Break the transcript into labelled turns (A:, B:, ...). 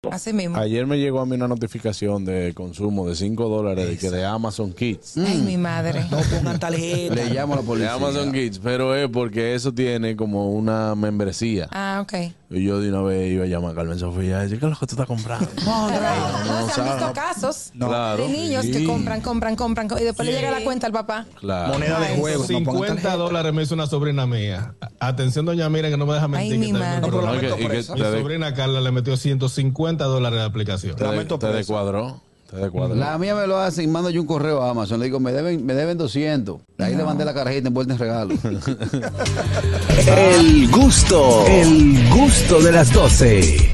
A: tiempo.
B: Así mismo.
A: Ayer me llegó a mí una notificación de consumo de 5 dólares de que de Amazon Kids.
B: Ay, mi madre.
C: No
A: pues.
C: pongan tarjeta.
D: Le llamo a la
A: De
D: policía.
A: Amazon Kids, pero es porque eso tiene como una membresía.
B: Ah, ok.
A: Y yo de una vez iba a llamar a Carmen Sofía y decir, ¿qué es lo que tú estás comprando?
B: No, se han visto casos
A: Claro.
B: de niños
A: Sí.
B: que compran, compran, compran co- y después le llega la cuenta al papá.
A: Claro.
C: Moneda de juego. no pongan
E: 50
C: tarjeta.
E: dólares me hizo una sobrina mía. A- Atención, doña Mira, que no me deja mentir.
B: mi
E: que
B: madre.
E: tengo un
C: No, pero
A: No,
C: la
A: y que-
E: problema.
C: meto
A: y que
C: presa.
A: te
E: Mi
A: de-
E: sobrina Carla le metió 150 dólares a la aplicación.
A: te de-
C: la meto
A: te
C: presa.
A: descuadró. Te descuadró.
D: La mía me lo hacen, mando yo un correo a Amazon. Le digo, me deben, me deben 200. Ahí le mandé la carajita envuelta en regalo.
F: El gusto, el gusto de las 12.